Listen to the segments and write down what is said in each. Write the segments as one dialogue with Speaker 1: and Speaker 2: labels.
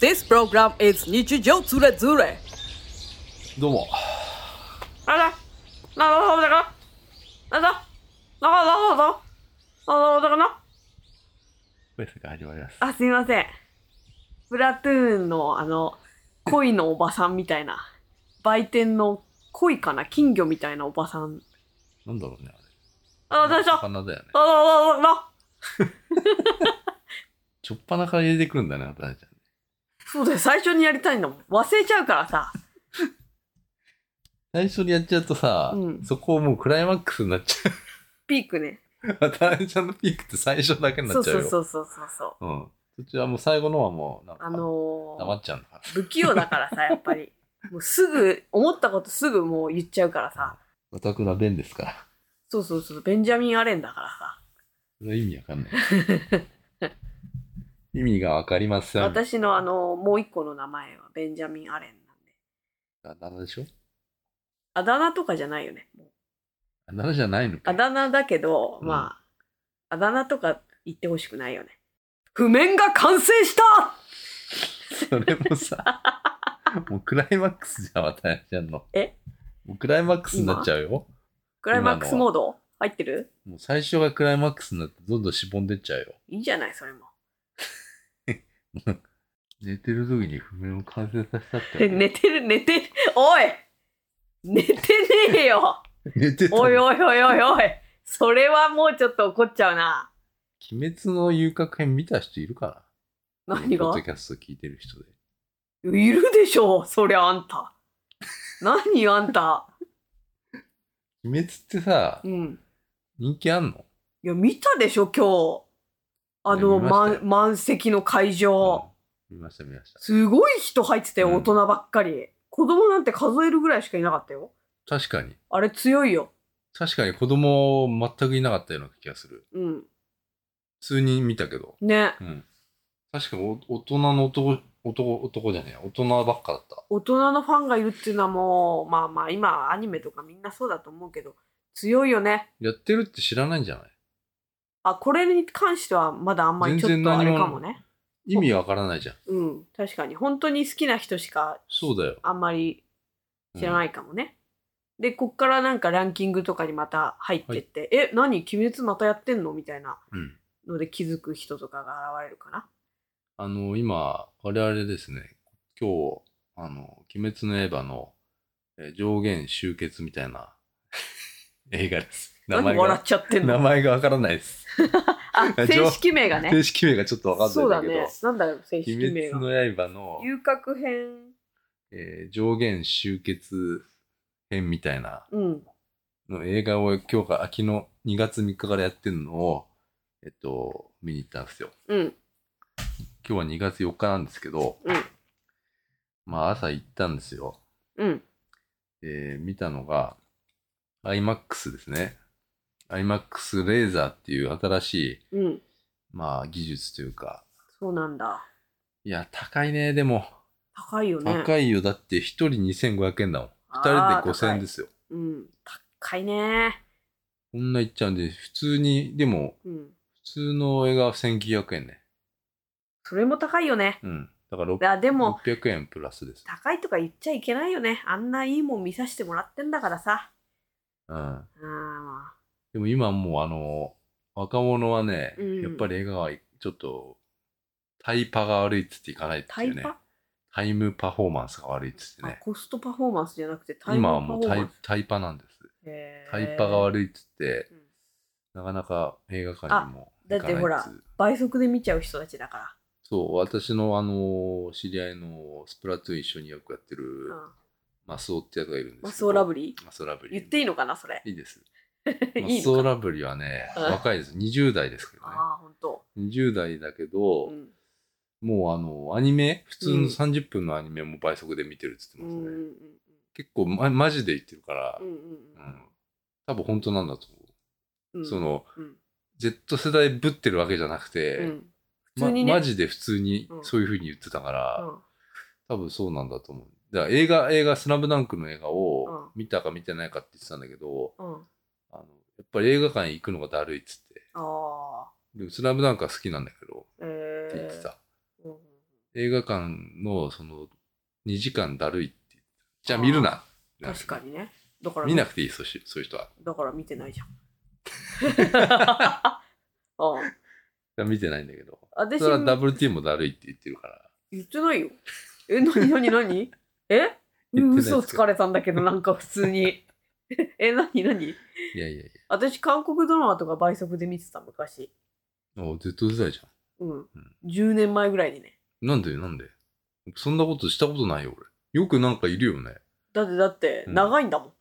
Speaker 1: This program is 日常ズレズレ
Speaker 2: どうも。
Speaker 3: あれなるほどかなんだなるほどなるほどな
Speaker 2: ベスが始まります。
Speaker 3: あ、すみません。プラトゥーンのあの、恋のおばさんみたいな、売店の恋かな金魚みたいなおばさん。
Speaker 2: なんだろうね、あ
Speaker 3: あ、
Speaker 2: れ。
Speaker 3: どうしよう。
Speaker 2: 魚だよね。
Speaker 3: あ、どうぞどうぞ
Speaker 2: ちょっぱなから入れてくるんだね、私たちゃん。
Speaker 3: そうだよ、最初にやりたいんだもん。忘れちゃうからさ。
Speaker 2: 最初にやっちゃうとさ、
Speaker 3: うん
Speaker 2: そこをもうクライマックスになっちゃ
Speaker 3: ピークね。
Speaker 2: う。渡辺ちゃんのピークって最初だけにな
Speaker 3: そ
Speaker 2: っ
Speaker 3: う
Speaker 2: ちゃう
Speaker 3: そう
Speaker 2: よ。
Speaker 3: そうそうそうそう。
Speaker 2: うん。そっちはもう最後のはもう、なんか、
Speaker 3: あの
Speaker 2: 黙
Speaker 3: ー、
Speaker 2: っちゃうんだから。
Speaker 3: 不器用だからさ、やっぱり。もうすぐ、思ったことすぐもう言っちゃうからさ。
Speaker 2: オタクな弁ですから。
Speaker 3: そうそうそう、ベンジャミン・アレンだからさ。
Speaker 2: それは意味わかんない。 意味がわかりません。
Speaker 3: 私のあのもう一個の名前はベンジャミン・アレンなんで
Speaker 2: あだ名でしょ
Speaker 3: あだ名とかじゃないよねもう
Speaker 2: あだ名じゃないのか。
Speaker 3: あだ名だけど、
Speaker 2: うん
Speaker 3: まああだ名とか言ってほしくないよね譜面が完成した
Speaker 2: それも さ、もうクライマックスじゃん、渡辺ちゃんの。
Speaker 3: え
Speaker 2: もうクライマックスになっちゃうよ。
Speaker 3: クライマックスモード入ってる
Speaker 2: もう最初がクライマックスになってどんどんしぼんでっちゃうよ。
Speaker 3: いいじゃないそれも
Speaker 2: 寝てる時に譜面を完成させたっ て。
Speaker 3: 寝てる寝てるおい寝てねえ よ
Speaker 2: 寝てたの
Speaker 3: おいおいおいおいおいそれはもうちょっと怒っちゃうな
Speaker 2: 鬼滅の遊郭編見た人いるかな
Speaker 3: 何
Speaker 2: ポ
Speaker 3: が
Speaker 2: ッドキャスト聞いてる人で。
Speaker 3: いるでしょうそりゃあんた何あんた
Speaker 2: 鬼滅ってさ
Speaker 3: う、ん
Speaker 2: 人気あんの
Speaker 3: いや、見たでしょ、今日。あの、
Speaker 2: いや見ましたよ
Speaker 3: 満満席の会場。
Speaker 2: うん見ました見ました。
Speaker 3: すごい人入ってたよ、
Speaker 2: うん
Speaker 3: 大人ばっかり。子供なんて数えるぐらいしかいなかったよ。
Speaker 2: 確かに。
Speaker 3: あれ強いよ。
Speaker 2: 確かに子供全くいなかったような気がする。
Speaker 3: うん。
Speaker 2: 普通に見たけど。
Speaker 3: ね。
Speaker 2: うん。確かにお大人の男、男、男じゃねえや。大人ばっかだった。
Speaker 3: 大人のファンがいるっていうのはもう、まあまあ、今、アニメとかみんなそうだと思うけど、強いよね。
Speaker 2: やってるって知らないんじゃない
Speaker 3: あ、これに関してはまだあんまりちょっとあれかもね。
Speaker 2: 意味わからないじゃん。
Speaker 3: うん。確かに。本当に好きな人しか
Speaker 2: そうだよ。
Speaker 3: あんまり知ら
Speaker 2: い。
Speaker 3: ないかもね。で、こっからなんかランキングとかにまた入ってって、え、何鬼滅またやってんのみたいな
Speaker 2: うん。
Speaker 3: ので気づく人とかが現れるかな。
Speaker 2: あの、今、我々ですね、今日、あの、鬼滅の刃の、えー上限集結みたいな 映画です。名前
Speaker 3: 何笑っ
Speaker 2: が、
Speaker 3: ちゃってん
Speaker 2: 名
Speaker 3: の
Speaker 2: 前がわからないです。
Speaker 3: あ、
Speaker 2: 上
Speaker 3: 正式名がね。
Speaker 2: 正式名がちょっとわかんない
Speaker 3: そ
Speaker 2: ん
Speaker 3: う
Speaker 2: だ
Speaker 3: だ
Speaker 2: けど、
Speaker 3: ね。なんだろう、正式名
Speaker 2: 鬼
Speaker 3: が。
Speaker 2: 滅の刃の、
Speaker 3: 遊郭編。
Speaker 2: えー上限集結編みたいな
Speaker 3: うん。
Speaker 2: の映画を今日から、秋の2月3日からやってるのを、えっと、見に行ったんですよ。
Speaker 3: うん。
Speaker 2: 今日は2月4日なんですけど、
Speaker 3: うん
Speaker 2: まあ朝行ったんですよ。
Speaker 3: うん。
Speaker 2: で、見たのが、iMAX ですね。iMAX レーザーっていう新しい、
Speaker 3: うん。
Speaker 2: まあ、技術というか。
Speaker 3: そうなんだ。
Speaker 2: いや、高いね、でも。
Speaker 3: 高いよね。
Speaker 2: 高いよ。だって、1人2500円だもん。
Speaker 3: あ
Speaker 2: 2
Speaker 3: ー
Speaker 2: 人で5000円ですよ。
Speaker 3: うん。高いね。
Speaker 2: こんな行っちゃうんで、普通に、でも、
Speaker 3: うん。
Speaker 2: 普通の映画は1900円ね。
Speaker 3: それも高いよね。
Speaker 2: うん。だから
Speaker 3: あ、でも、
Speaker 2: 600円プラスです。
Speaker 3: 高いとか言っちゃいけないよね。あんないいもん見させてもらってんだからさ。
Speaker 2: うん。
Speaker 3: うん。
Speaker 2: でも今もうあの、若者はね、
Speaker 3: うん
Speaker 2: やっぱり映画はちょっと、タイパが悪いっつっていかないって
Speaker 3: タ
Speaker 2: いう
Speaker 3: イ
Speaker 2: ね。
Speaker 3: パ、
Speaker 2: タイムパフォーマンスが悪いっつって
Speaker 3: あ
Speaker 2: ね。
Speaker 3: コストパフォーマンスじゃなくてタイム
Speaker 2: 今
Speaker 3: パ
Speaker 2: は
Speaker 3: フ
Speaker 2: もう
Speaker 3: ォーマ
Speaker 2: タ
Speaker 3: ン
Speaker 2: イ
Speaker 3: ス。
Speaker 2: タイパなんです。
Speaker 3: へー
Speaker 2: タイパが悪いっつって、
Speaker 3: うん
Speaker 2: なかなか映画館にも行かない
Speaker 3: あだってほら
Speaker 2: つ
Speaker 3: 倍速で見ちゃう人たちだか
Speaker 2: そう、私のあの、知り合いのスプラトゥーン一緒によくやって
Speaker 3: ら。
Speaker 2: る
Speaker 3: うん、
Speaker 2: マスオってやつがいるんですけど。
Speaker 3: マスオラブリ
Speaker 2: マスオラブ
Speaker 3: ー
Speaker 2: リ
Speaker 3: 言っていいのかな、それ。
Speaker 2: いいです。
Speaker 3: い
Speaker 2: マ
Speaker 3: い
Speaker 2: ス
Speaker 3: の
Speaker 2: オ
Speaker 3: か
Speaker 2: ラブリはね、
Speaker 3: うん
Speaker 2: 若いです。20代ですけどね。
Speaker 3: ああ、ほんと。
Speaker 2: 20代だけど、
Speaker 3: うん
Speaker 2: もうあの、アニメ、普通
Speaker 3: うん
Speaker 2: の30分のアニメも倍速で見てるって
Speaker 3: う
Speaker 2: 言
Speaker 3: ん
Speaker 2: ってま
Speaker 3: うん
Speaker 2: す
Speaker 3: う
Speaker 2: ね。
Speaker 3: ん
Speaker 2: 結構、ま、マジで言ってるから
Speaker 3: う、ん
Speaker 2: うん。多分本当なんだと思
Speaker 3: うんう
Speaker 2: う。
Speaker 3: ん
Speaker 2: その、
Speaker 3: うん、
Speaker 2: Z 世代ぶってるわけじゃなくて、
Speaker 3: うん普
Speaker 2: ま
Speaker 3: 通にね
Speaker 2: マジで普通に
Speaker 3: うん
Speaker 2: そういう風に言ってたから、
Speaker 3: うん
Speaker 2: 多分そうなんだと思う。だから映画、映画、スラムダンクの映画
Speaker 3: うん
Speaker 2: を見たか見てないかって言ってたんだけど、
Speaker 3: うん、
Speaker 2: あのやっぱり映画館行くのがだるいっつって。
Speaker 3: ああ、
Speaker 2: でも、スラムダンクは好きなんだけど、
Speaker 3: え
Speaker 2: って言って
Speaker 3: ー
Speaker 2: た。
Speaker 3: うんうん
Speaker 2: 映画館のその2時間だるいって言ってじゃあ見るな
Speaker 3: 確かにね。だから
Speaker 2: 見なくていいそうしそういう人は
Speaker 3: だから見てな い じゃん。うん。
Speaker 2: 見てないんだけど
Speaker 3: 私
Speaker 2: それは WT もだるいって言ってるから
Speaker 3: 言ってないよ。え、なになになに え
Speaker 2: 言ってないです
Speaker 3: 嘘つかれたんだけど、なんか普通に。 え、なになに
Speaker 2: いやいやい
Speaker 3: 私、韓国ドラマとか倍速で見てた、昔。
Speaker 2: やもう Z 世代じゃ
Speaker 3: うん
Speaker 2: ん。
Speaker 3: 10年前ぐらいにね。
Speaker 2: んなんでなんでそんなことしたことないよ俺よくなんかいるよね
Speaker 3: だって、だって、
Speaker 2: うん
Speaker 3: 長いんだもん。
Speaker 2: い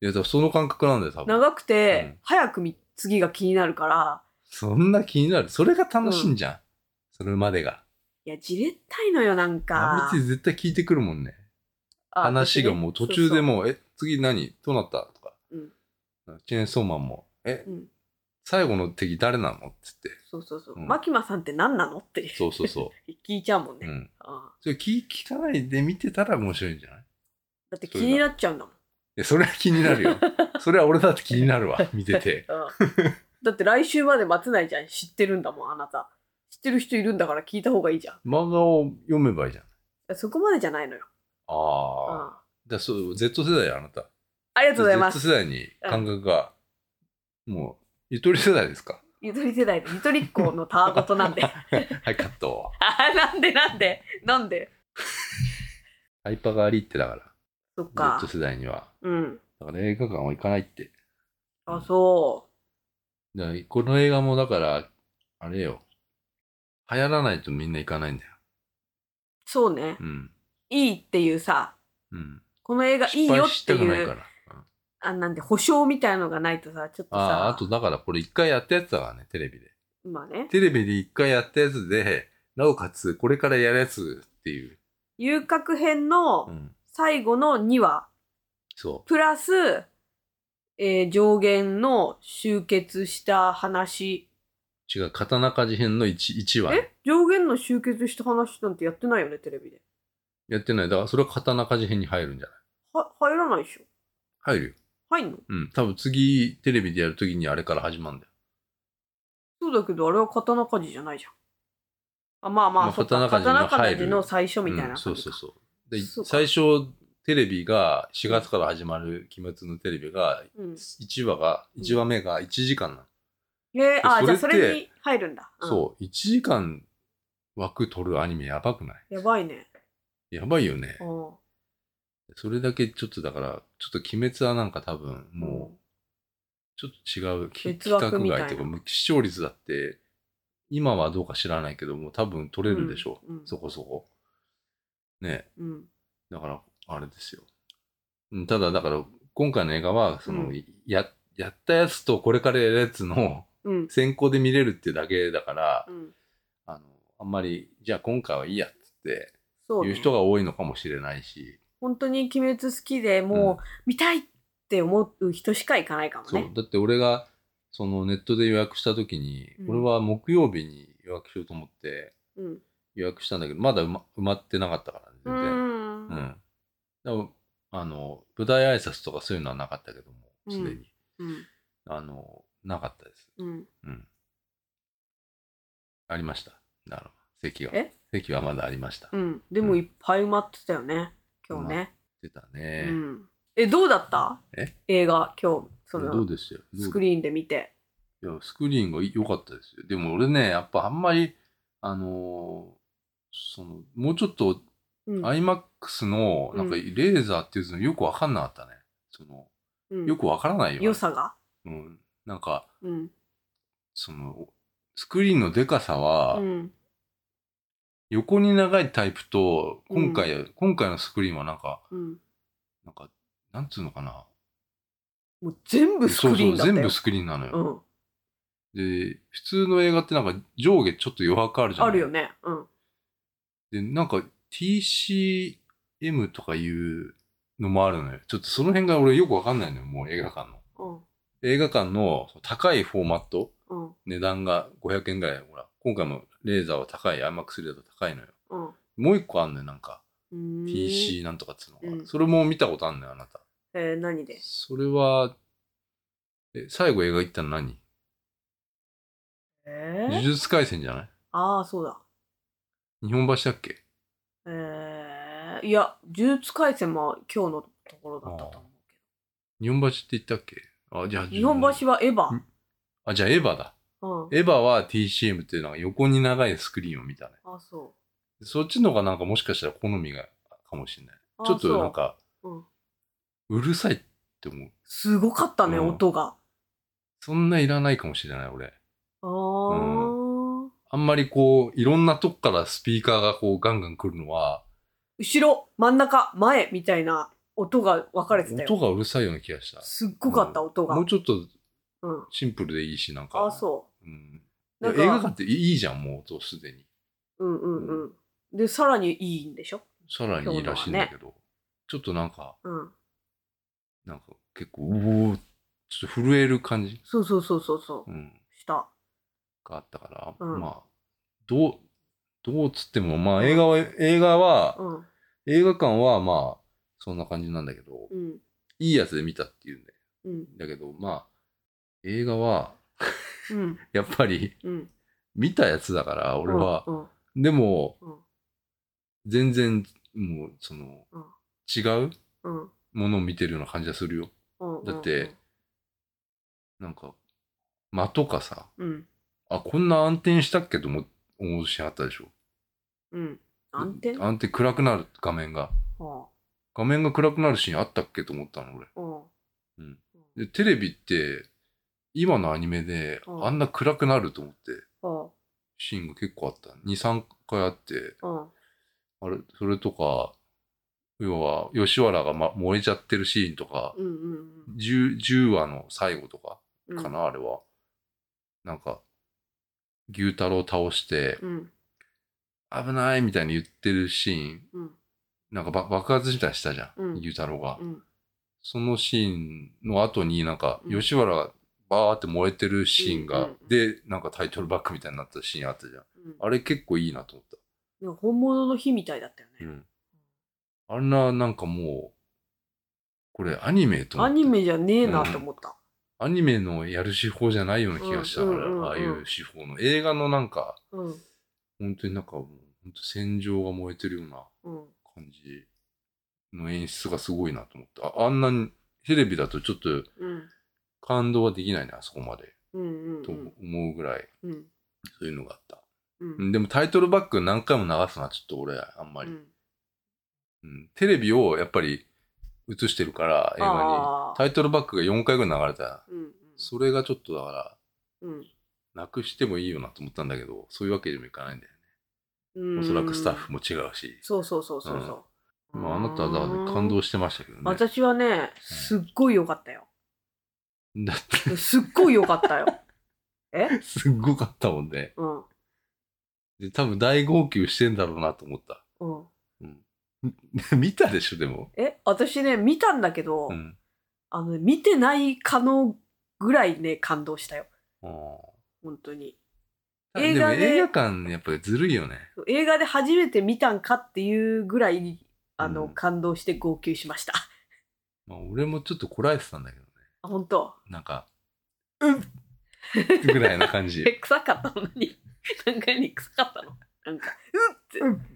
Speaker 2: やだからその感覚なんだよ多分
Speaker 3: 長くて、
Speaker 2: うん
Speaker 3: 早くみ次が気になるから、
Speaker 2: そんな気になるそれが楽しいんじゃん、それまでが
Speaker 3: いや、じれったいのよ、なんか。
Speaker 2: WT 絶対聞いてくるもんね
Speaker 3: あ
Speaker 2: 話がもう途中でもう、え、次何どうなったとか
Speaker 3: うん、
Speaker 2: チェーンソーマンも、え、
Speaker 3: うん
Speaker 2: 最後の敵誰なのって言って、
Speaker 3: そうそうそう。
Speaker 2: うん
Speaker 3: マキマさんって何なのって
Speaker 2: そうそうそ
Speaker 3: 聞いちゃうもん
Speaker 2: う。
Speaker 3: ね。
Speaker 2: うん。
Speaker 3: ああ
Speaker 2: それ聞聞かないで見てたら面白いんじゃないい
Speaker 3: だって気になっちゃうんだもん。
Speaker 2: や、それは気になる よ。それは俺だって気になるわ、見てて。
Speaker 3: うんだって来週まで待てないじゃん。知ってるんだもん、あなた。知ってる人いるんだから聞いた方がいいじゃ
Speaker 2: 漫画を読めばいいじゃん。
Speaker 3: ん。そこまでじゃないのよ。うん
Speaker 2: ああ。
Speaker 3: あ
Speaker 2: じゃあ、そう、Z 世代よあなた。あ
Speaker 3: りがとうございます。
Speaker 2: Z 世代に感覚が、もう、ゆとり世代ですか
Speaker 3: ゆとり世代で、ゆとりっ子のたわごとなんで。あ
Speaker 2: はい、カット。
Speaker 3: ーなんでなんでなんで
Speaker 2: ハイパーがありってだか
Speaker 3: そっ
Speaker 2: ら、
Speaker 3: か
Speaker 2: Z。世代には。
Speaker 3: うん。
Speaker 2: だから映画館は行かないって。
Speaker 3: あ、そ
Speaker 2: だからこの映画もだから、あれよ。流行らないとみんな行かないんだよ。
Speaker 3: う。そうね。
Speaker 2: うん。
Speaker 3: いいっていうさ、
Speaker 2: うん。
Speaker 3: この映画いいよ
Speaker 2: 失
Speaker 3: って
Speaker 2: 敗したくない
Speaker 3: い
Speaker 2: から
Speaker 3: う、。
Speaker 2: うん
Speaker 3: あ、なんで、保証みたいのがないとさ、ちょっと
Speaker 2: ああ、あ
Speaker 3: さ
Speaker 2: と、だからこれ一回やったやつだからね、テレビで。
Speaker 3: まあね、
Speaker 2: テレビで一回やったやつで、なおかつこれからやるやつっていう。
Speaker 3: 遊郭編
Speaker 2: う
Speaker 3: の
Speaker 2: ん。
Speaker 3: 最後の2話、
Speaker 2: そ
Speaker 3: プラス、えー上限の集結した話。
Speaker 2: う。違う、刀鍛冶編の 1, 一話。
Speaker 3: え上限の集結した話なんてやってないよね、テレビで。
Speaker 2: やってない。だからそれは刀鍛冶編に入るんじゃない
Speaker 3: は、入らないでしょ。
Speaker 2: 入るよ。
Speaker 3: 入んの
Speaker 2: うん。多分次、テレビでやるときにあれから始まるんだよ。
Speaker 3: そうだけど、あれは刀鍛冶じゃないじゃん。あまあま
Speaker 2: ま
Speaker 3: あ、
Speaker 2: あ
Speaker 3: そっか
Speaker 2: 刀鍛冶の
Speaker 3: 刀
Speaker 2: 入る
Speaker 3: 鍛冶の最初みたい
Speaker 2: う
Speaker 3: な感
Speaker 2: ん、
Speaker 3: じか、
Speaker 2: そうそうそうで
Speaker 3: そうか
Speaker 2: 最初テレビが4月から始まる「鬼滅のテレビ」が
Speaker 3: うん
Speaker 2: 1話が
Speaker 3: ん
Speaker 2: 1話目が1時間なの、
Speaker 3: えー、あー、じゃあそ
Speaker 2: それって
Speaker 3: れに入るんだ。うん
Speaker 2: そう1時間枠取るアニメやばくない
Speaker 3: やばいね。
Speaker 2: やばいよね、
Speaker 3: うん。
Speaker 2: それだけちょっとだからちょっと「鬼滅」はなんか多分もうちょっと違う、き
Speaker 3: 別枠
Speaker 2: 規
Speaker 3: みたい
Speaker 2: 格外とい
Speaker 3: な
Speaker 2: うか視聴率だって今はどうか知らないけども多分取れるでしょう、
Speaker 3: うんうん
Speaker 2: そこそこねえ
Speaker 3: うん。うん。
Speaker 2: だから、あれですよ。うんただ、だから、今回の映画は、その、
Speaker 3: うん
Speaker 2: や、やったやつとこれからやるやつの
Speaker 3: うん。
Speaker 2: 先行で見れるっていうだけだから、
Speaker 3: うん。
Speaker 2: あの、あんまり、じゃあ今回はいいやっつって、
Speaker 3: そう、ね。
Speaker 2: 言う人が多いのかもしれないし、
Speaker 3: 本当に鬼滅好きでもう見たいって思う人しか行かないかも
Speaker 2: そう
Speaker 3: ね。。
Speaker 2: だって俺が、そのネットで予約した時に、
Speaker 3: うん
Speaker 2: 俺は木曜日に予約しようと思って
Speaker 3: うん。
Speaker 2: 予約したんだけど、まだ埋ま埋まってなかったからね、
Speaker 3: う
Speaker 2: 全然。
Speaker 3: ん。
Speaker 2: うん。でもあの、舞台挨拶とかそういうのはなかったけども、すでに。
Speaker 3: うん。
Speaker 2: あの、なかったです。
Speaker 3: うん。
Speaker 2: うん。ありました。なるほど。席が
Speaker 3: え。
Speaker 2: 席はまだありました。
Speaker 3: うん。でもいっぱい埋まってたよね。今日ね。
Speaker 2: 出た
Speaker 3: う
Speaker 2: ね。
Speaker 3: ん。え、どうだった
Speaker 2: え
Speaker 3: 映画、今日、そ
Speaker 2: どう
Speaker 3: の、
Speaker 2: でしたよ。どう
Speaker 3: スクリーンで見て。
Speaker 2: いやスクリーンが良かったですよ。でも俺ね、やっぱあんまり、あのーその、もうちょっと
Speaker 3: うん。
Speaker 2: IMAX の、なんか
Speaker 3: う
Speaker 2: レ
Speaker 3: ん
Speaker 2: ーザーっていうのよくわかんなかったね。その、
Speaker 3: うん
Speaker 2: よくわからないよ。
Speaker 3: 良さが。
Speaker 2: うん。なんか、
Speaker 3: うん。
Speaker 2: その、スクリーンのでかさは、
Speaker 3: うん。
Speaker 2: 横に長いタイプと、
Speaker 3: うん
Speaker 2: 今回、今回のスクリーンはなんか、
Speaker 3: うん。
Speaker 2: なんか、なんつうのかな。
Speaker 3: もう全部スクリーン
Speaker 2: そうそ
Speaker 3: だっ
Speaker 2: う、
Speaker 3: たよ。
Speaker 2: 全部スクリーンなの
Speaker 3: う
Speaker 2: よ。
Speaker 3: ん。
Speaker 2: で、普通の映画ってなんか上下ちょっと余白あるじゃん。
Speaker 3: あるよ。ね。うん。
Speaker 2: で、なんか TCM とかいうのもあるのよ。ちょっとその辺が俺よくわかんないのよ、もう映画館の。
Speaker 3: うん。
Speaker 2: 映画館の高いフォーマット、
Speaker 3: うん。
Speaker 2: 値段が500円ぐらい。ほら、今回もレーザーは高い、IMAX レーザー高いのよ。
Speaker 3: うん。う
Speaker 2: もう一個あんのよ、なんか。
Speaker 3: ーん
Speaker 2: TC なんとかっつうのが、
Speaker 3: うん
Speaker 2: それも見たことあんのよ、あなた。
Speaker 3: えー、何で
Speaker 2: それは、え、最後映画行ったの何
Speaker 3: え
Speaker 2: 呪術廻戦じゃない
Speaker 3: ああ、そうだ。
Speaker 2: 日本橋だっけ
Speaker 3: えー、いや、呪術廻戦も今日のところだったと思うけ
Speaker 2: 日本橋って言ったっけあ、じゃあ、
Speaker 3: ど。日本橋はエヴァ。
Speaker 2: あ、じゃあエヴァだ。
Speaker 3: うん。
Speaker 2: エヴァは TCM っていうのが横に長いスクリーンを見たね。
Speaker 3: あ、そ
Speaker 2: そっちの方がなんかもしかしたら好みがかもしれない。
Speaker 3: う。あ
Speaker 2: ちょっとなん。か、
Speaker 3: そううん。
Speaker 2: うるさいって思う。
Speaker 3: すごかったね、
Speaker 2: うん
Speaker 3: 音が。
Speaker 2: そんないらないかもしれない、俺。
Speaker 3: あー。
Speaker 2: あんまりこう、いろんなとこからスピーカーがこうガンガン来るのは、
Speaker 3: 後ろ、真ん中、前みたいな音が分かれてた
Speaker 2: 音
Speaker 3: よ。
Speaker 2: がうるさいような気がした。
Speaker 3: すっごかった、
Speaker 2: うん
Speaker 3: 音が。
Speaker 2: もうちょっと
Speaker 3: うん。
Speaker 2: シンプルでいいし、なんか。
Speaker 3: あ、そう。
Speaker 2: う。ん、い
Speaker 3: な
Speaker 2: や映
Speaker 3: んか
Speaker 2: 画館っていいじゃん、もう音すでに。
Speaker 3: うんうんうん。で、さらにいいんでしょ
Speaker 2: さらにいいらしいんだけど、ちょっとなんか、
Speaker 3: うん。
Speaker 2: なんか結構、うおーちょっと震える感じ、
Speaker 3: そうそうそうそうそう。
Speaker 2: うん、
Speaker 3: した。
Speaker 2: があったから、
Speaker 3: うん
Speaker 2: まあ、どう、どうつっても、まあ映画は、映画は、
Speaker 3: うん。
Speaker 2: 映画館はまあ、そんな感じなんだけど、
Speaker 3: うん。
Speaker 2: いいやつで見たっていうんで、
Speaker 3: うん。
Speaker 2: だけど、まあ、映画は、
Speaker 3: うん。
Speaker 2: やっぱり
Speaker 3: うん。
Speaker 2: 見たやつだから、俺は、
Speaker 3: うん。
Speaker 2: でも、
Speaker 3: うん
Speaker 2: 全然、もう、その、
Speaker 3: うん
Speaker 2: 違う
Speaker 3: うん。
Speaker 2: ものを見てるような感じがするよ。
Speaker 3: うん。
Speaker 2: だって、なんか、間とかさ、
Speaker 3: うん。
Speaker 2: あ、こんな暗転したっけと思思うしあったでしょ。
Speaker 3: うん。安定
Speaker 2: 暗転暗くなる画面が。
Speaker 3: は
Speaker 2: 画面が暗くなるシーンあったっけと思ったの、俺。
Speaker 3: あ。うん。
Speaker 2: うん。で、テレビって、今のアニメで、
Speaker 3: うん
Speaker 2: あんな暗くなると思って、
Speaker 3: は
Speaker 2: シーンが結構あった。2、3回あって、
Speaker 3: あ。うん。
Speaker 2: あれ、それとか、要は、吉原が、ま、燃えちゃってるシーンとか、
Speaker 3: うんうん
Speaker 2: 10, 10話の最後とか
Speaker 3: うん。
Speaker 2: かな、あれは。なんか、牛太郎倒して、
Speaker 3: うん。
Speaker 2: 危ないみたいに言ってるシーン、
Speaker 3: うん。
Speaker 2: なんかば爆発みたいにしたじゃん、
Speaker 3: うん
Speaker 2: 牛太郎が。
Speaker 3: うん。
Speaker 2: そのシーンの後になんか、
Speaker 3: うん
Speaker 2: 吉原がバーって燃えてるシーンが、
Speaker 3: うんうん
Speaker 2: で、なんかタイトルバックみたいになったシーンあったじゃん。
Speaker 3: うん。
Speaker 2: あれ結構いいなと思っ
Speaker 3: なんか本物の日みたいだったよ
Speaker 2: た。う
Speaker 3: ね。
Speaker 2: ん。あんな、なんかもう、これアニメと思
Speaker 3: ア
Speaker 2: って
Speaker 3: ニメじゃねえなって思った。
Speaker 2: アニメのやる手法じゃないような気がした、
Speaker 3: うんうんうんうん
Speaker 2: あれああいう手法の。映画のなんか、
Speaker 3: うん。
Speaker 2: 本当になんかもう、本当戦場が燃えてるような
Speaker 3: うん。
Speaker 2: 感じの演出がすごいなと思った。ああんなに、テレビだとちょっと
Speaker 3: うん。
Speaker 2: 感動はできないね、あそこまで。
Speaker 3: うん。うん。
Speaker 2: と思うぐらい、
Speaker 3: うん。
Speaker 2: そういうのがあった。
Speaker 3: うん。
Speaker 2: うんでもタイトルバック何回も流すのはちょっと俺、あんまり。
Speaker 3: うん。
Speaker 2: うんテレビをやっぱり映してるから、映画に。
Speaker 3: ああ。
Speaker 2: タイトルバックが4回ぐらい流れた。
Speaker 3: うん。
Speaker 2: それがちょっとだから、
Speaker 3: うん。
Speaker 2: なくしてもいいよなと思ったんだけど、そういうわけにもいかないんだよね。
Speaker 3: うん。
Speaker 2: おそらくスタッフも違うし。
Speaker 3: そうそうそうそうそう。
Speaker 2: まあ、あなたはだから感動してましたけどね。
Speaker 3: 私はね、すっごい良かったよ。
Speaker 2: だって、
Speaker 3: すっごい良かったよ。え
Speaker 2: すっごかったもんね。
Speaker 3: うん。うん。
Speaker 2: で多分大号泣してんだろうなと思った。 見たでしょ、でも。
Speaker 3: え私ね、見たんだけど、
Speaker 2: うん。
Speaker 3: あのね、見てない可能ぐらいね、感動したよ。
Speaker 2: あー
Speaker 3: 本当に。
Speaker 2: で
Speaker 3: 映
Speaker 2: も
Speaker 3: 画で
Speaker 2: 映画館やっぱりずるいよね。
Speaker 3: 映画で初めて見たんかっていうぐらい、あの、
Speaker 2: うん
Speaker 3: 感動して号泣しました。
Speaker 2: まあ、俺もちょっとこらえてたんだけどね。
Speaker 3: あ本当
Speaker 2: なんか、うんってぐらいな感 じ
Speaker 3: え、。臭かったのに。 なんかに臭かったの。なんか、うっって。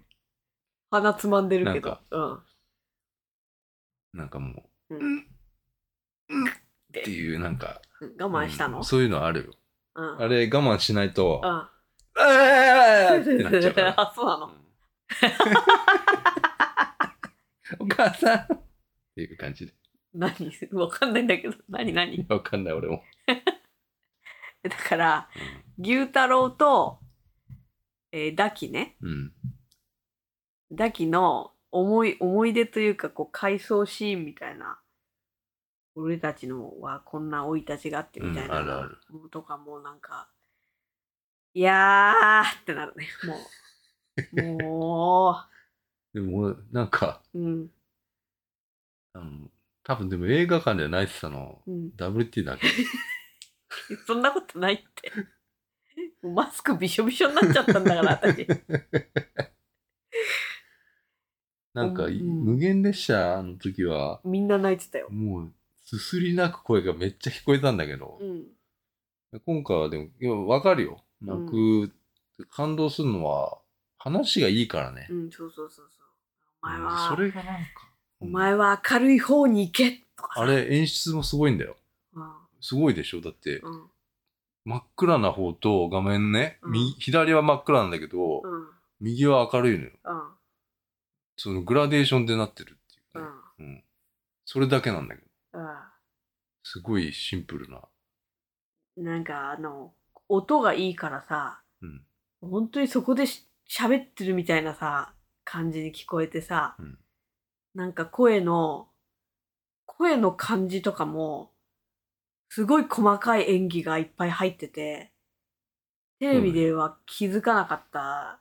Speaker 3: 鼻つまんでるけ
Speaker 2: なん
Speaker 3: ど
Speaker 2: か。
Speaker 3: うん。っ
Speaker 2: なんかもう、って
Speaker 3: て
Speaker 2: いうなんか。
Speaker 3: うん我慢したの、
Speaker 2: う
Speaker 3: うんん、
Speaker 2: そういうのあるよ。
Speaker 3: うん。
Speaker 2: あれ我慢しないと、あ
Speaker 3: あ
Speaker 2: ー ってなっちゃうから。
Speaker 3: あ、そうなの。
Speaker 2: うん お母さんっていう感じで。
Speaker 3: 何わかんないんだけど。何何
Speaker 2: わかんない俺も。
Speaker 3: だから、牛太郎と、えー、ダキね。
Speaker 2: うん。
Speaker 3: ダキの思い、思い出というか、こう、回想シーンみたいな。俺たちのはこんな生い立ちがあってみたいな。
Speaker 2: うんあるある
Speaker 3: とかもうなんか、いやーってなるね。もう、も
Speaker 2: でも、なんか、
Speaker 3: う、うん、
Speaker 2: あの、多分でも映画館で泣いてたの、
Speaker 3: うん。
Speaker 2: WT だ け。
Speaker 3: そんなことないって。もうマスクびしょびしょになっちゃったんだから、私。
Speaker 2: なんか、い
Speaker 3: うん
Speaker 2: 無限列車の時は、
Speaker 3: みんな泣いてたよ。
Speaker 2: もう、すすり泣く声がめっちゃ聞こえたんだけど
Speaker 3: う、ん。
Speaker 2: 今回はでも、いやわかるよ。泣く、感動するのは、話がいいからね
Speaker 3: う。ん、そうそうそうそう。お前
Speaker 2: うん
Speaker 3: は、
Speaker 2: それがなんか。
Speaker 3: お
Speaker 2: うん
Speaker 3: 前は明るい方に行けとかさ。
Speaker 2: あれ演出もすごいんだよ。すごいでしょだって
Speaker 3: うん、うん、
Speaker 2: 真っ暗な方と画面ね、
Speaker 3: うん
Speaker 2: 右左は真っ暗なんだけど、
Speaker 3: うん、うん、
Speaker 2: 右は明るいのよ。そのグラデーションでなってるって
Speaker 3: う
Speaker 2: い
Speaker 3: ん
Speaker 2: うね。、うん。それだけなんだけど。
Speaker 3: う
Speaker 2: すごいシンプルな。
Speaker 3: ん。なんかあの、音がいいからさ、
Speaker 2: うん。
Speaker 3: 本当にそこでし喋ってるみたいなさ、感じに聞こえてさ、
Speaker 2: うん
Speaker 3: なんか声の、声の感じとかも、すごい細かい演技がいっぱい入ってて、テレビでは気づかなかった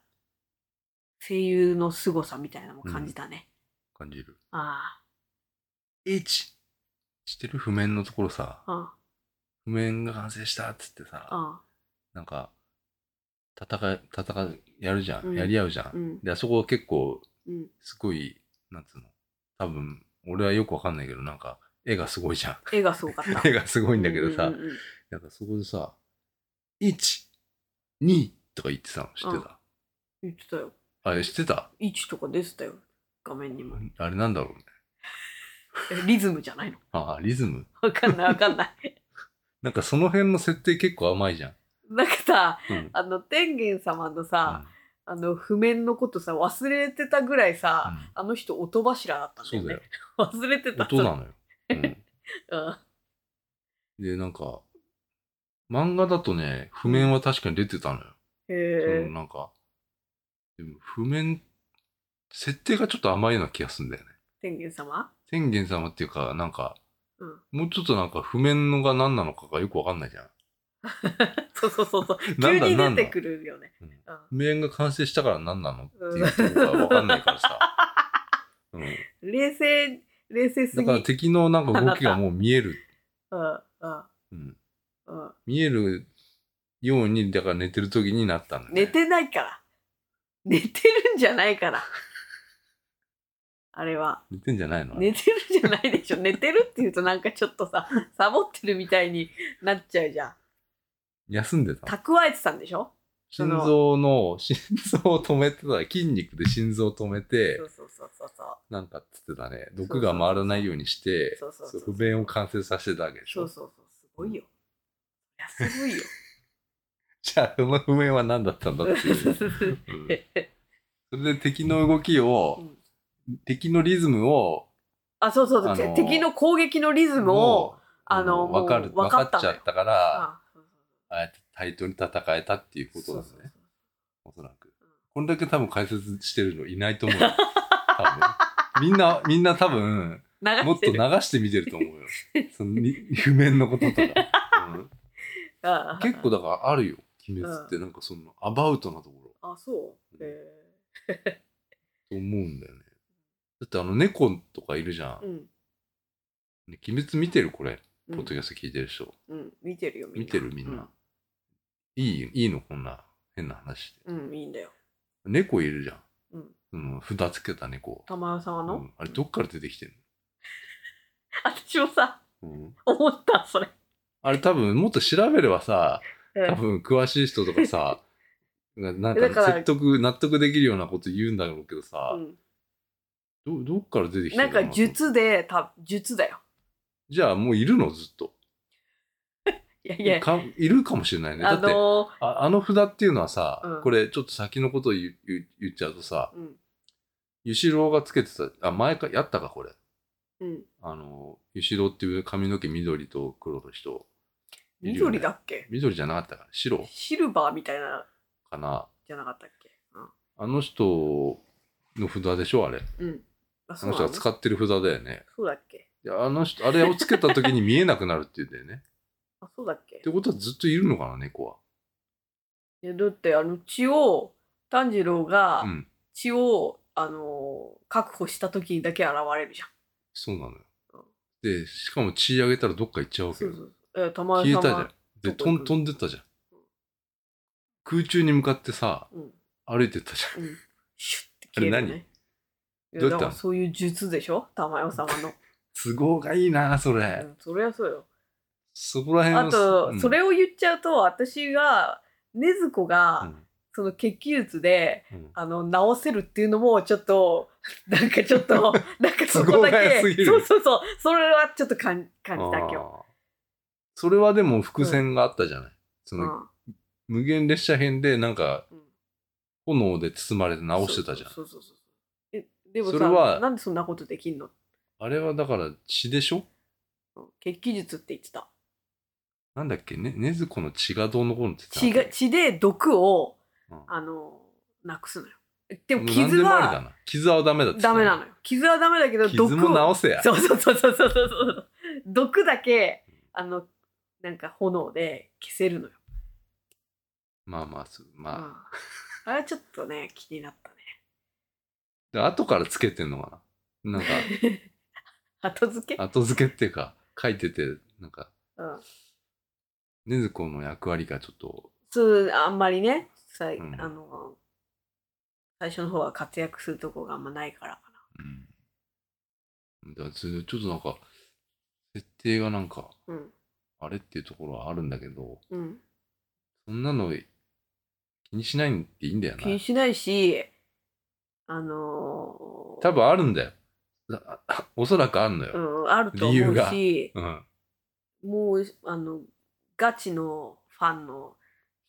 Speaker 3: 声優の凄さみたいなのも感じたね。
Speaker 2: 感じる。
Speaker 3: あ
Speaker 2: 1! 知ってる譜面のところさ、
Speaker 3: あ、うん、
Speaker 2: 譜面が完成したっつってさ、
Speaker 3: うん、
Speaker 2: なんか、戦い、戦い、やるじゃん。
Speaker 3: うん
Speaker 2: やり合うじゃん。
Speaker 3: うん、
Speaker 2: で、あそこは結構、
Speaker 3: うん。
Speaker 2: すごい、なんつうの。多分、俺はよくわかんないけど、なんか、絵がすごいじゃん。
Speaker 3: 絵がすごかっ た。
Speaker 2: 絵がすごいんだけどさ、
Speaker 3: うんうんうんうん
Speaker 2: なんかそこでさ、1、2とか言ってたの知ってた、
Speaker 3: 言ってたよ。
Speaker 2: あれ知ってた
Speaker 3: 位置とか出てたよ。画面にも。
Speaker 2: あれなんだろうね。
Speaker 3: えリズムじゃないの
Speaker 2: ああ、リズム
Speaker 3: わかんないわかんない。
Speaker 2: なんかその辺の設定結構甘いじゃん。
Speaker 3: なんかさ、
Speaker 2: うん。
Speaker 3: あの、天元様のさ、
Speaker 2: うん
Speaker 3: あの、譜面のことさ、忘れてたぐらいさ、あの人音柱だったんだ
Speaker 2: そ
Speaker 3: よ
Speaker 2: うだ
Speaker 3: ね
Speaker 2: よ。。
Speaker 3: 忘れてた。
Speaker 2: 音なのよ。うん
Speaker 3: うん
Speaker 2: で、なんか、漫画だとね、譜面は確かに出てたのよ。そ
Speaker 3: へ
Speaker 2: のなんか、でも譜面、設定がちょっと甘いような気がするんだよね。
Speaker 3: え、天元様
Speaker 2: 天元様っていうか、なんか、
Speaker 3: うん。
Speaker 2: もうちょっとなんか譜面のが何なのかがよくわかんないじゃん。
Speaker 3: そうそうそうそう。
Speaker 2: なん
Speaker 3: 急
Speaker 2: だ
Speaker 3: に
Speaker 2: な
Speaker 3: 出
Speaker 2: んだ
Speaker 3: てくるよね。
Speaker 2: うん
Speaker 3: うん
Speaker 2: 譜面が完成したから何なのっていうのがわかんないから さ。うん、
Speaker 3: 冷静、冷静す
Speaker 2: だ
Speaker 3: ぎ。
Speaker 2: から敵のなんか動きがもう見える。
Speaker 3: うん、うん、
Speaker 2: うん、
Speaker 3: うん。
Speaker 2: 見えるように、だから寝てる時になったんだよね、
Speaker 3: 寝てないから。寝てるんじゃないから。あれは。
Speaker 2: 寝てんじゃないの
Speaker 3: 寝てるじゃないでしょ。寝てるって言うとなんかちょっとさ、サボってるみたいになっちゃうじゃん。
Speaker 2: 休んでたの
Speaker 3: 蓄えてたんでしょ
Speaker 2: 心臓の、心臓を止めてた。筋肉で心臓を止めて
Speaker 3: そ、うそうそうそうそう。
Speaker 2: なんかっつってたね。
Speaker 3: そう
Speaker 2: 毒が回らないようにして、
Speaker 3: そうそうそう
Speaker 2: そう不便を完成させてたわけでし
Speaker 3: そ
Speaker 2: ょ
Speaker 3: う。そうそう。すごいよ。いや、すごいよ。
Speaker 2: じゃあ、その不便は何だったんだって いう。うんそれで敵の動きを、
Speaker 3: うん
Speaker 2: 敵のリズムを、
Speaker 3: あ、そうそうそう、
Speaker 2: あのー
Speaker 3: 敵の攻撃のリズムを、あのーもう
Speaker 2: 分かる、分
Speaker 3: 分
Speaker 2: か
Speaker 3: か
Speaker 2: っ
Speaker 3: ったのよ
Speaker 2: ちゃったから、
Speaker 3: あそう
Speaker 2: ああやって対等に戦えたっていうこと
Speaker 3: そう
Speaker 2: なん
Speaker 3: そ
Speaker 2: だ
Speaker 3: う
Speaker 2: ね。おそらく
Speaker 3: うん。
Speaker 2: こんだけ多分解説してるのいないと思うよ。多分みんな、みんな多 分、
Speaker 3: 流
Speaker 2: もっ
Speaker 3: して
Speaker 2: と流
Speaker 3: る。
Speaker 2: して見てると思うよ。そのに譜面のこととか。うん
Speaker 3: あ
Speaker 2: 結構だからあるよ、鬼滅って。なんかその、アバウトなところ。
Speaker 3: あ、そう。え
Speaker 2: と思うんだよね。だってあの、猫とかいるじゃん。
Speaker 3: ーうん。
Speaker 2: ね鬼滅見てるこれ。
Speaker 3: う
Speaker 2: ポッドキ
Speaker 3: ん
Speaker 2: ャスト聞いてる人。
Speaker 3: うん、見てるよ、みんな。
Speaker 2: 見てるみんな。いい、いいのこんな変な話で。
Speaker 3: うん。うん、いいんだよ。
Speaker 2: 猫いるじゃん。
Speaker 3: うん。
Speaker 2: その、札つけた猫。
Speaker 3: 玉代様
Speaker 2: う
Speaker 3: の、
Speaker 2: んあれ、どっから出てきてん
Speaker 3: 私もさ、
Speaker 2: の、
Speaker 3: 思った、それ。
Speaker 2: あれ多分、もっと調べればさ、
Speaker 3: うん
Speaker 2: 多分、詳しい人とか さ、ななんか
Speaker 3: だから
Speaker 2: 説得、納得できるようなこと言うんだろうけど
Speaker 3: う
Speaker 2: さ、
Speaker 3: ん
Speaker 2: どどっから出てきて
Speaker 3: なん
Speaker 2: の
Speaker 3: か術で、た術だよ。
Speaker 2: じゃあ、もういるのずっと。
Speaker 3: いやいや、
Speaker 2: かいるかもしれないね。だ
Speaker 3: あ
Speaker 2: って、
Speaker 3: の
Speaker 2: ああの札っていうのはさ、
Speaker 3: うん
Speaker 2: これちょっと先のことを言言言っちゃうとさ、
Speaker 3: ー、うん、
Speaker 2: ゆしろうがつけてた、あ、前か、やったか、これ。
Speaker 3: うん。
Speaker 2: あの、ゆしろうっていう髪の毛緑と黒の人。いるよね
Speaker 3: 緑だっけ
Speaker 2: 緑じゃなかったから、白
Speaker 3: シルバーみたいな、
Speaker 2: かな。
Speaker 3: じゃなかったっけうん
Speaker 2: あの人の札でしょ、あれ。
Speaker 3: うん。あ、
Speaker 2: あ
Speaker 3: そう
Speaker 2: の
Speaker 3: な
Speaker 2: 人
Speaker 3: の
Speaker 2: が使ってる札だよね。
Speaker 3: そうだっけ
Speaker 2: であの人、あれをつけた時に見えなくなるって言うんだよね。
Speaker 3: あ、そうだっけ
Speaker 2: ってことはずっといるのかな、猫は。
Speaker 3: いやだって、あの、血を、炭治郎が
Speaker 2: うん。
Speaker 3: 血を、あのー確保した時にだけ現れるじゃ
Speaker 2: そうなのよ
Speaker 3: うん。
Speaker 2: で、しかも血あげたらどっか行っちゃうわ
Speaker 3: ん。
Speaker 2: け
Speaker 3: そ
Speaker 2: よ
Speaker 3: う。そう。え玉
Speaker 2: 消
Speaker 3: 井
Speaker 2: えた
Speaker 3: 様
Speaker 2: じゃん。で、
Speaker 3: どこ
Speaker 2: 飛
Speaker 3: 行く
Speaker 2: ん飛んでったじゃん
Speaker 3: うん。
Speaker 2: 空中に向かってさ、
Speaker 3: うん。
Speaker 2: 歩いてったじ ゃん。
Speaker 3: うん。シュッて消えるよね。い
Speaker 2: れ何
Speaker 3: や
Speaker 2: どうやったの
Speaker 3: だからそういう術でしょ玉代様 の。
Speaker 2: 都合がいいな、それ。
Speaker 3: うん、そりゃそうよ。
Speaker 2: そこら辺
Speaker 3: あと、それ
Speaker 2: を、
Speaker 3: を言っちゃうと、私が、禰豆子
Speaker 2: う
Speaker 3: が
Speaker 2: ん
Speaker 3: その血気術で、
Speaker 2: うん
Speaker 3: あの、直せるっていうのも、ちょっと、 なんかちょっと、なんかそこ だ
Speaker 2: 都合が
Speaker 3: け
Speaker 2: 良すぎ、る
Speaker 3: そうそうそう、それはちょっと感感じた今日。
Speaker 2: あーそれはでも伏線があったじゃない。その、無限列車編でなんか
Speaker 3: うん、
Speaker 2: 炎で包まれて直してたじゃん。
Speaker 3: そうそうそうそう。え、でも
Speaker 2: それ
Speaker 3: さ
Speaker 2: は
Speaker 3: なんでそんなことできんの
Speaker 2: あれはだから血でしょ
Speaker 3: うん血気術って言ってた。
Speaker 2: なんだっけね、ねずこの血がどうのこうのって言
Speaker 3: 血
Speaker 2: って
Speaker 3: が
Speaker 2: なかった
Speaker 3: 血で毒を、
Speaker 2: うん
Speaker 3: あの、なくすのよ。で
Speaker 2: も
Speaker 3: も
Speaker 2: う何
Speaker 3: 傷
Speaker 2: でもありだ
Speaker 3: は
Speaker 2: な。傷はダメだって言
Speaker 3: ダ
Speaker 2: って
Speaker 3: メ
Speaker 2: た
Speaker 3: なのよ。傷はダメだけど、毒を。
Speaker 2: 傷も直せや。
Speaker 3: そうそうそうそうそうそうそう。毒だけ、あの、なんか炎で消せるのよ。
Speaker 2: まあまあ、そうまあ。
Speaker 3: うんあれはちょっとね、気になったね。
Speaker 2: で、後からつけてんのかな。な んか、
Speaker 3: 後付け、
Speaker 2: 後付けっていうか、書いてて、なんか、
Speaker 3: うん、
Speaker 2: ねずこの役割がちょっと、
Speaker 3: そう、あんまりね、さい
Speaker 2: うん
Speaker 3: あの、最初の方は活躍するとこがあんまないからか
Speaker 2: うん。だからそれちょっとなんか、設定がなんか、
Speaker 3: な。うん。
Speaker 2: あれっていうところはあるんだけど、
Speaker 3: うん。
Speaker 2: そんなの気にしないんでいいんだよな
Speaker 3: 気。にしないし、あのー
Speaker 2: 多分あるんだよ。だおそらくあるのよ。
Speaker 3: うん、あると思うし、
Speaker 2: うん。
Speaker 3: もう、あの、ガチのファンの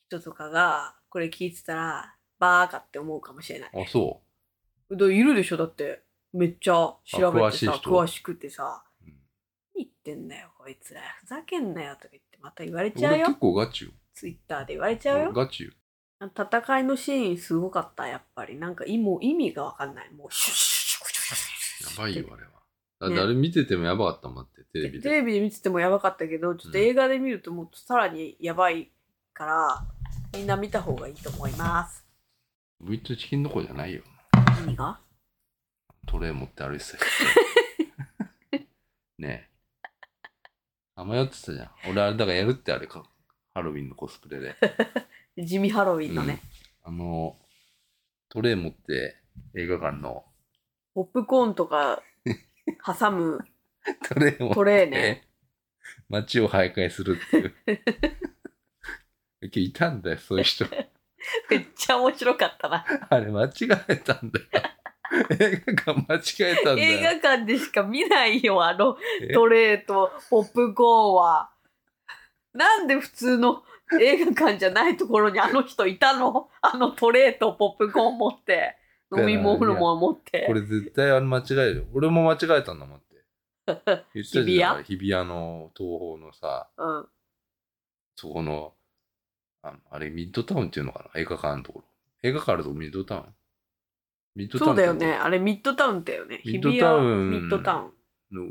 Speaker 3: 人とかが、これ聞いてたら、バーカって思うかもしれない。
Speaker 2: あ、そ
Speaker 3: だからいるでしょだって、めっちゃ調べ
Speaker 2: あ詳
Speaker 3: て
Speaker 2: しい
Speaker 3: さ、
Speaker 2: 人
Speaker 3: 詳しくてさ、
Speaker 2: う。うん
Speaker 3: 何言ってんだよ、こいつら。ふざけんなよ、とか言って、また言われちゃう
Speaker 2: 俺結
Speaker 3: よ。
Speaker 2: 構ガチよ。
Speaker 3: ツイッターで言われちゃうよ。
Speaker 2: ガチよ。
Speaker 3: 戦いのシーンすごかった、やっぱり。なんか、いもう意味がわかんない。もう、シュッシュッシュッシュッシュ
Speaker 2: や
Speaker 3: ッシュッ
Speaker 2: ばいよ、あれは。だっ
Speaker 3: ね
Speaker 2: てあれ見ててもやばかったもんだって、テレビ
Speaker 3: テ
Speaker 2: で。
Speaker 3: レビで見ててもやばかったけど、ちょっと映画で見るともっとさらにやばいから、みんな見た方がいいと思います。
Speaker 2: ブイットチキンどころじゃないよ。
Speaker 3: 意味が
Speaker 2: トレー持って歩いてたよ ねえ。あ迷ってたじゃん。俺あれだからやるってあれか。ハロウィンのコスプレで。
Speaker 3: 地味ハロウィンのね、
Speaker 2: あの、トレー持って映画館の
Speaker 3: ポップコーンとか挟む
Speaker 2: トレー持って
Speaker 3: トレーね。
Speaker 2: 街を徘徊するっていう。今日いたんだよ、そういう 人。
Speaker 3: めっちゃ面白かったな。
Speaker 2: あれ間違えたんだ よ。映画館間違えたんだよ。
Speaker 3: 映画館でしか見ないよ、あの
Speaker 2: え
Speaker 3: トレーとポップコーンは。なんで普 通の映画館じゃないところにあの人いたのあのトレーとポップコーン持って、飲み物も持って
Speaker 2: こ。れ絶対あれ間違えるよ。俺も間違えたんだもんって。言 ってたじゃん。日比谷の東方のさ、
Speaker 3: うん
Speaker 2: そこの、あのあれミッドタウンっていうのかな映画館のところ。映画館あるとこミッドタウンミッドタウ
Speaker 3: そ
Speaker 2: ン
Speaker 3: う
Speaker 2: って
Speaker 3: だよね。あれミッドタウンだよね。
Speaker 2: ミッドタウン
Speaker 3: 日比谷ミッドタウン。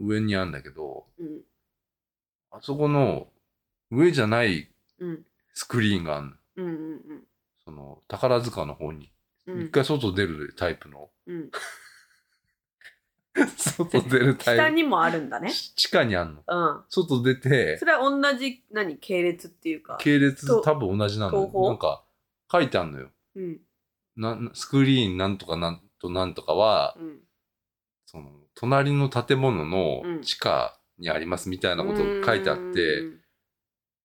Speaker 2: の上にあるんだけど、
Speaker 3: うん。
Speaker 2: あそこの上じゃない
Speaker 3: うん。
Speaker 2: スクリーンがあるの。
Speaker 3: うん
Speaker 2: その宝塚の方に。
Speaker 3: うんうん。
Speaker 2: 一回外出るタイプの。
Speaker 3: うん。
Speaker 2: 外出るタイプ。
Speaker 3: 下にもあるんだね。
Speaker 2: し地下にあんの。
Speaker 3: うん。
Speaker 2: 外出て
Speaker 3: そ、れは同じ、何、系列っていうか。
Speaker 2: 系列
Speaker 3: と
Speaker 2: 多分同じなの
Speaker 3: 東
Speaker 2: よ。
Speaker 3: 宝
Speaker 2: なんか書いてあんのよ。
Speaker 3: うん。
Speaker 2: ななスクリーンなんとかなんとなんとかは、
Speaker 3: うん。
Speaker 2: その隣の建物
Speaker 3: うん
Speaker 2: の地下にありますみたいなことが書いてあって、
Speaker 3: うん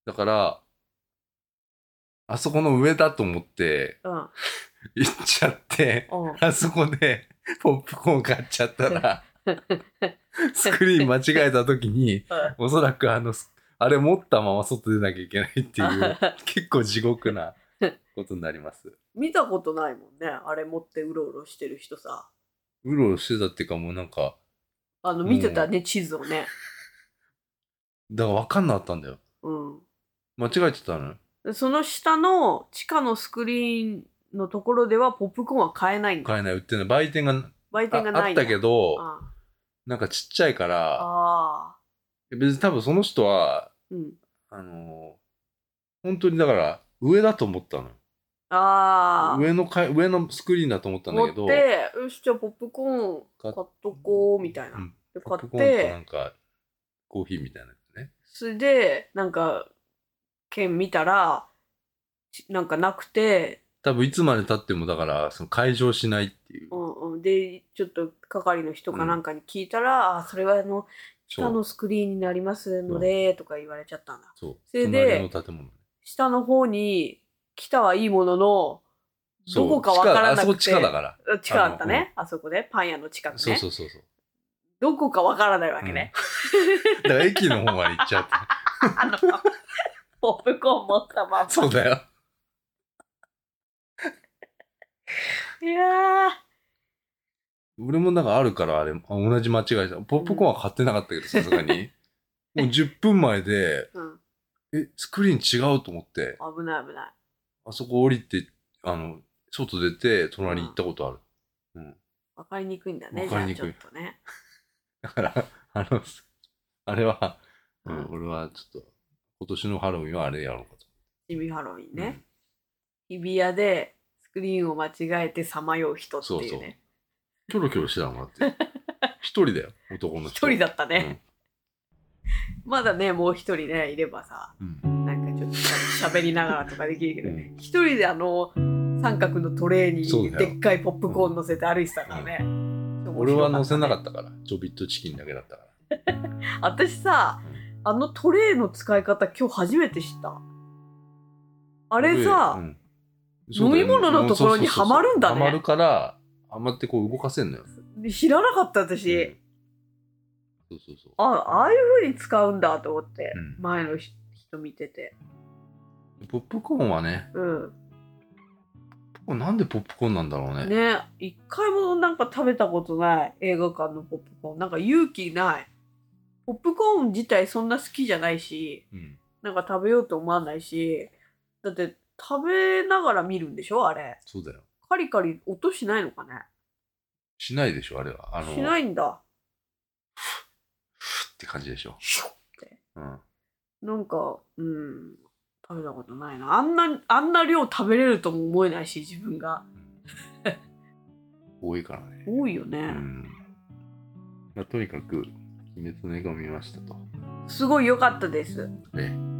Speaker 2: だから、あそこの上だと思って
Speaker 3: うん。
Speaker 2: 行っちゃって、
Speaker 3: うん。
Speaker 2: あそこで ポップコーン買っちゃった ら、スクリーン間違えた時に、おそらくあの、すあれ持ったまま外出なきゃいけないって いう、結構地獄なことになります。
Speaker 3: 見たことないもんね。あれ持ってうろうろしてる人さ。
Speaker 2: うろうろしてたっていうかもうなんか、
Speaker 3: あの、見てたね、地図をね。
Speaker 2: だから分かんなかったんだよ。
Speaker 3: うん。
Speaker 2: 間違えてたのよ
Speaker 3: でその下の地下のスクリーンのところではポップコーンは買えないんだ。
Speaker 2: 買えない、売ってない。売店が
Speaker 3: 売店が
Speaker 2: あ
Speaker 3: な
Speaker 2: あ
Speaker 3: い
Speaker 2: っ
Speaker 3: んだ
Speaker 2: たけ
Speaker 3: うん
Speaker 2: ど、
Speaker 3: あ
Speaker 2: なんかちっちゃいから、
Speaker 3: あ。
Speaker 2: 別に多分その人は、
Speaker 3: うん。
Speaker 2: あのー本当にだから、上だと思ったのよ。
Speaker 3: ああ。
Speaker 2: 上のかい上のスクリーンだと思ったんだ
Speaker 3: 持
Speaker 2: け
Speaker 3: っ
Speaker 2: ど、
Speaker 3: て、よし、じゃあポップコーン買っとこう、みたいな。
Speaker 2: うん
Speaker 3: で
Speaker 2: ポ
Speaker 3: 買
Speaker 2: ップ
Speaker 3: っ
Speaker 2: コーンとな
Speaker 3: て、
Speaker 2: んか、コーヒーみたいなやつね。
Speaker 3: それで、なんか、券見たら、ちなんかなくて、
Speaker 2: 多分いつまで経ってもだから、その解錠しないっていう
Speaker 3: う。んうん、で、ちょっと係の人かなんかに聞いたら、あそれはあの、
Speaker 2: そ
Speaker 3: 下
Speaker 2: う。
Speaker 3: のスクリーンになりますので、とか言われちゃったんだ。
Speaker 2: そう。
Speaker 3: それで
Speaker 2: 隣の建物。
Speaker 3: 下の方に来たはいいものの、
Speaker 2: そう
Speaker 3: どこかわからなく
Speaker 2: 地下
Speaker 3: て
Speaker 2: あそこ地下だから。
Speaker 3: 近かったねあ,、そこでパン屋の近くね
Speaker 2: そうそうそうそう。
Speaker 3: どこかわからないわけね、
Speaker 2: だから駅の方まで行っちゃうって。
Speaker 3: あの ポップコーン持ったまま
Speaker 2: そうだよ。
Speaker 3: いやー
Speaker 2: 俺もなんかあるから、あれ、あ同じ間違いだ。ポップコーンは買ってなかったけど、さすが に。もう10分前で、
Speaker 3: うん、
Speaker 2: え、スクリーン違うと思って、
Speaker 3: 危ない危ない。
Speaker 2: あそこ降りて、あの、外出て、隣に行ったことある。
Speaker 3: わかりにくいんだね、
Speaker 2: わ
Speaker 3: じ
Speaker 2: か
Speaker 3: ゃ
Speaker 2: り
Speaker 3: あ
Speaker 2: に
Speaker 3: ち
Speaker 2: く
Speaker 3: ょっ
Speaker 2: い
Speaker 3: とね。
Speaker 2: だから、あの、あれは、うん
Speaker 3: うん
Speaker 2: 俺はちょっと、今年のハロウィンはあれやろうかと。
Speaker 3: シビハロウィンね。日比谷でスクリーンを間違えてさまよう人っていうね。
Speaker 2: キョロキョロしてたもん だって。一人だよ、男の
Speaker 3: 一人だったね。まだね、もう一人ね、いればさ、
Speaker 2: うん
Speaker 3: なんかちょっと喋りながらとかできるけ
Speaker 2: う
Speaker 3: ど、
Speaker 2: ん
Speaker 3: 一人であの三角のトレー
Speaker 2: そう
Speaker 3: に
Speaker 2: だよ
Speaker 3: でっかいポップコーン乗せて歩いてたからね。
Speaker 2: 俺は乗せなか
Speaker 3: た
Speaker 2: ったから、ちょびっとチキンだけだったから。
Speaker 3: 私さあのトレーの使い方今日初めて知ったあ
Speaker 2: あ
Speaker 3: れさ、飲み物のところにはまるんだね
Speaker 2: はまるから、はまってこう動かせんのよ。
Speaker 3: 知らなかった私、
Speaker 2: うんそうそうそう。
Speaker 3: あああいう風に使うんだと思って、
Speaker 2: うん
Speaker 3: 前のひ人見てて
Speaker 2: ポップコーンはね、
Speaker 3: うん
Speaker 2: これなんでポップコーンなんだろうね。
Speaker 3: ね一回もなんか食べたことない映画館のポップコーンなんか勇気ないポップコーン自体そんな好きじゃないし
Speaker 2: うん
Speaker 3: なんか食べようと思わないしだって食べながら見るんでしょあれ
Speaker 2: そうだよ。
Speaker 3: カリカリ音しないのかね
Speaker 2: しないでしょ、あれは。あの、
Speaker 3: しな
Speaker 2: っ
Speaker 3: いんだ
Speaker 2: て感じでしょ。
Speaker 3: シュッて
Speaker 2: うん。
Speaker 3: なんかうん食べたことないなあんなあんな量食べれるとも思えないし自分が
Speaker 2: 多いからね。
Speaker 3: 多いよね、
Speaker 2: うん。まあ、とにかく、鬼滅の刃を見ましたと。
Speaker 3: すごい良かったです。
Speaker 2: ね。